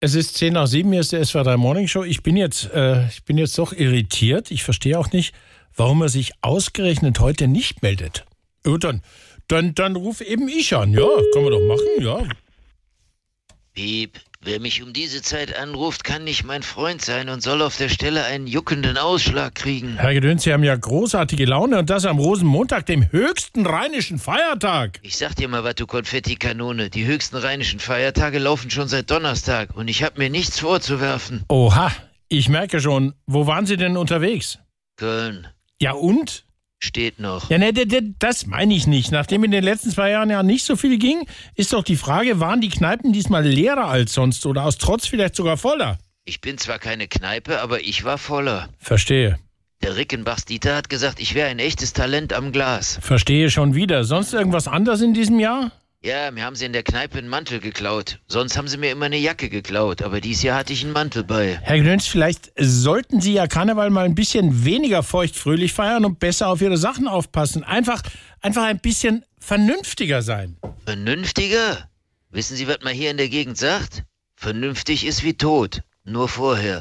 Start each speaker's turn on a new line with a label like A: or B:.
A: Es ist 10 nach 7, hier ist der SWR3 Morning Show. Ich bin jetzt, äh, ich bin jetzt doch irritiert. Ich verstehe auch nicht, warum er sich ausgerechnet heute nicht meldet. Ja, dann, dann, dann ruf eben ich an. Ja, können wir doch machen, ja.
B: Piep, wer mich um diese Zeit anruft, kann nicht mein Freund sein und soll auf der Stelle einen juckenden Ausschlag kriegen.
A: Herr Gedöns, Sie haben ja großartige Laune und das am Rosenmontag, dem höchsten rheinischen Feiertag.
B: Ich sag dir mal was, du Konfettikanone. Die höchsten rheinischen Feiertage laufen schon seit Donnerstag und ich hab mir nichts vorzuwerfen.
A: Oha, ich merke schon, wo waren Sie denn unterwegs?
B: Köln
A: Ja und?
B: steht noch.
A: Ja, ne, d- d- das meine ich nicht. Nachdem in den letzten zwei Jahren ja nicht so viel ging, ist doch die Frage, waren die Kneipen diesmal leerer als sonst oder aus Trotz vielleicht sogar voller?
B: Ich bin zwar keine Kneipe, aber ich war voller.
A: Verstehe.
B: Der Rickenbachs Dieter hat gesagt, ich wäre ein echtes Talent am Glas.
A: Verstehe schon wieder. Sonst irgendwas anderes in diesem Jahr?
B: Ja, mir haben sie in der Kneipe einen Mantel geklaut. Sonst haben sie mir immer eine Jacke geklaut, aber dieses Jahr hatte ich einen Mantel bei.
A: Herr Gnönz, vielleicht sollten Sie ja Karneval mal ein bisschen weniger feuchtfröhlich feiern und besser auf Ihre Sachen aufpassen. Einfach, einfach ein bisschen vernünftiger sein.
B: Vernünftiger? Wissen Sie, was man hier in der Gegend sagt? Vernünftig ist wie tot. Nur vorher.